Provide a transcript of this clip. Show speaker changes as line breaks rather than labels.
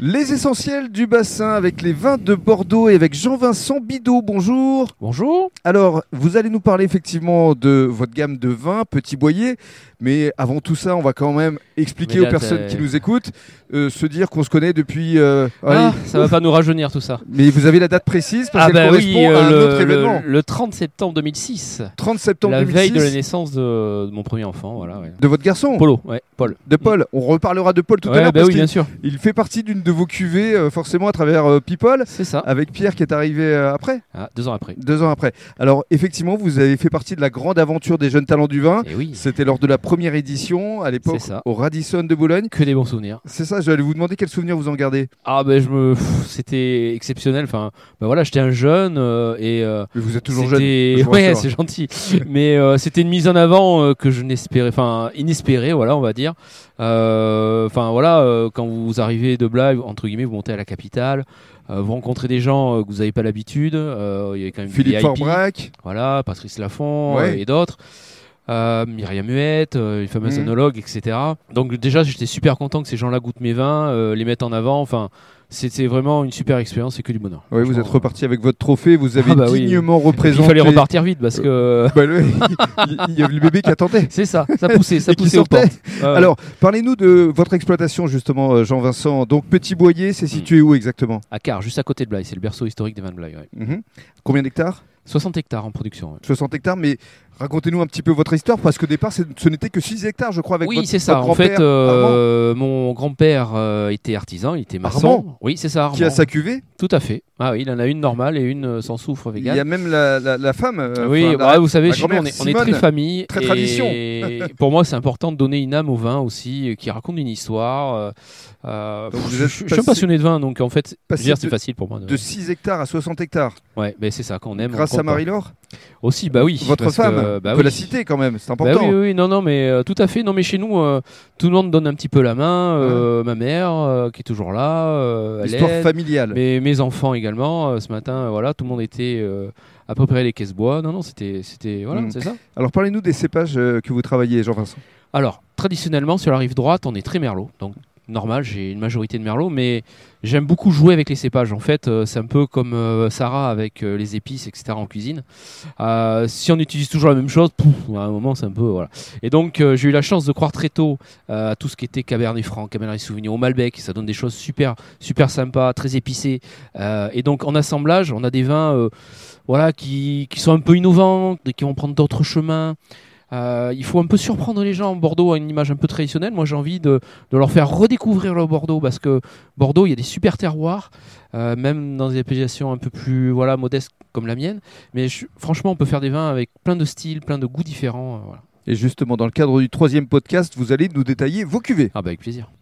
Les essentiels du bassin avec les vins de Bordeaux et avec Jean-Vincent Bidot. Bonjour.
Bonjour.
Alors, vous allez nous parler effectivement de votre gamme de vins Petit Boyer, mais avant tout ça, on va quand même expliquer
Mais là,
aux personnes
t'as-
qui nous écoutent, euh, se dire qu'on se connaît depuis. euh,
Ah,
allez,
ça va pas nous rajeunir tout ça.
Mais vous avez la date précise parce qu'elle correspond à
euh,
un
le,
autre événement.
le- le 30 septembre 2006,
30 septembre
la
2006.
veille de la naissance de, de mon premier enfant, voilà. ouais.
de votre garçon,
Polo, ouais, Paul.
de Paul. On reparlera de Paul tout
Ouais,
à l'heure
bah
parce
oui,
qu'il
bien sûr.
il fait partie d'une de vos cuvées, euh, forcément à travers euh, People,
C'est ça.
avec Pierre qui est arrivé euh, après.
Ah, deux ans après.
Deux ans après. Alors, effectivement, vous avez fait partie de la grande aventure des jeunes talents du vin.
Et Eh oui.
C'était lors de la première édition, à l'époque,
C'est ça.
au Radisson de Boulogne.
Que des bons souvenirs.
C'est ça, j'allais vous demander quel souvenir vous en gardez.
Ah ben je me, pff, c'était exceptionnel. Enfin, ben voilà, j'étais un jeune euh, et euh,
Mais vous êtes toujours jeune.
c'était-
je vous
Ouais,
rassure.
c'est gentil. Mais euh, c'était une mise en avant euh, que je n'espérais, enfin inespérée, voilà, on va dire. Euh, Enfin voilà, euh, quand vous arrivez de Blaye, entre guillemets, vous montez à la capitale, euh, vous rencontrez des gens euh, que vous n'avez pas l'habitude. euh, Il y avait quand même du
Philippe
VIP,
Forbrac,
voilà, Patrice Laffont
Ouais.
euh, et d'autres. Euh, Myriam Huette, euh, une fameuse
Mhm.
analogue, etc. Donc déjà, j'étais super content que ces gens-là goûtent mes vins, euh, les mettent en avant. Enfin, c'était vraiment une super expérience et que du bonheur.
ouais, vous
Franchement,
êtes reparti avec votre trophée, vous avez
Ah bah oui.
dignement
euh, Il
représenté.
fallait repartir vite parce que
Bah, le- Il y avait le bébé qui attendait.
c'est ça, ça poussait, ça
Et qui
poussait aux
sortait.
portes. Ah Ouais, ouais.
Alors, parlez-nous de votre exploitation, justement, euh, Jean-Vincent. Donc, Petit Boyer, c'est
Hmm.
situé où exactement
à Car, juste à côté de Blaye, c'est le berceau historique des vins de Blaye. ouais.
Mhm. Combien d'hectares
60 hectares en production. ouais.
60 hectares, mais racontez-nous un petit peu votre histoire, parce qu'au départ, c'est- ce n'était que 6 hectares, je crois, avec
oui,
votre,
c'est ça.
votre
En fait,
grand-père,
euh, mon grand-père euh, était artisan, il était maçon.
Armand
oui, c'est ça.
Armand, qui a
Armand.
sa cuvée.
Tout à fait. Ah oui, il en a une normale et une euh, sans soufre
Il
vegan.
y a même la, la- la femme. euh,
oui,
enfin, la-
bah, vous savez,
ma
chez nous, on est,
grand-mère
on est très
Simone,
famille.
très
et
tradition.
pour moi, c'est important de donner une âme au vin aussi, euh, qui raconte une histoire. euh, euh,
Donc,
pff,
vous êtes
je, je suis
passé-
un passionné de vin, donc en fait, je veux
passé
dire, c'est
de-
facile pour moi. De...
De 6 hectares à 60 hectares,
Ouais, mais c'est ça qu'on aime. on
grâce à
comprend.
Marie-Laure,
Aussi, bah oui.
votre
parce
femme.
que, bah
on peut
oui.
la citer quand même, c'est
Bah
important. hein.
oui, oui, oui, non, non, mais euh, tout à fait. Non, mais chez nous, euh, tout le monde donne un petit peu la main. euh, Ma mère, euh, qui est toujours là, euh, elle
Histoire
aide.
familiale.
Mais mes enfants également. euh, ce matin, euh, voilà, tout le monde était euh, à peu près les caisses bois. Non, non, c'était, c'était, voilà,
Mm.
c'est ça.
Alors, parlez-nous des cépages euh, que vous travaillez, Jean-Vincent.
Alors, traditionnellement, sur la rive droite, on est très merlot. Donc, normal, j'ai une majorité de merlot, mais j'aime beaucoup jouer avec les cépages. En fait, euh, c'est un peu comme euh, Sarah avec euh, les épices, etc. en cuisine. Euh, si on utilise toujours la même chose, pouf, à un moment, c'est un peu. Voilà. Et donc, euh, j'ai eu la chance de croire très tôt euh, à tout ce qui était Cabernet Franc, Cabernet Sauvignon, au Malbec. Ça donne des choses super, super sympas, très épicées. Euh, et donc, en assemblage, on a des vins. euh, voilà, qui, qui sont un peu innovants, qui vont prendre d'autres chemins, euh, il faut un peu surprendre les gens. Bordeaux a une image un peu traditionnelle. Moi, j'ai envie de, de leur faire redécouvrir le Bordeaux parce que Bordeaux, il y a des super terroirs, euh, même dans des appellations un peu plus voilà modestes comme la mienne. Mais je- franchement, on peut faire des vins avec plein de styles, plein de goûts différents. euh, voilà.
Et justement, dans le cadre du troisième podcast, vous allez nous détailler vos cuvées.
Ah bah avec plaisir.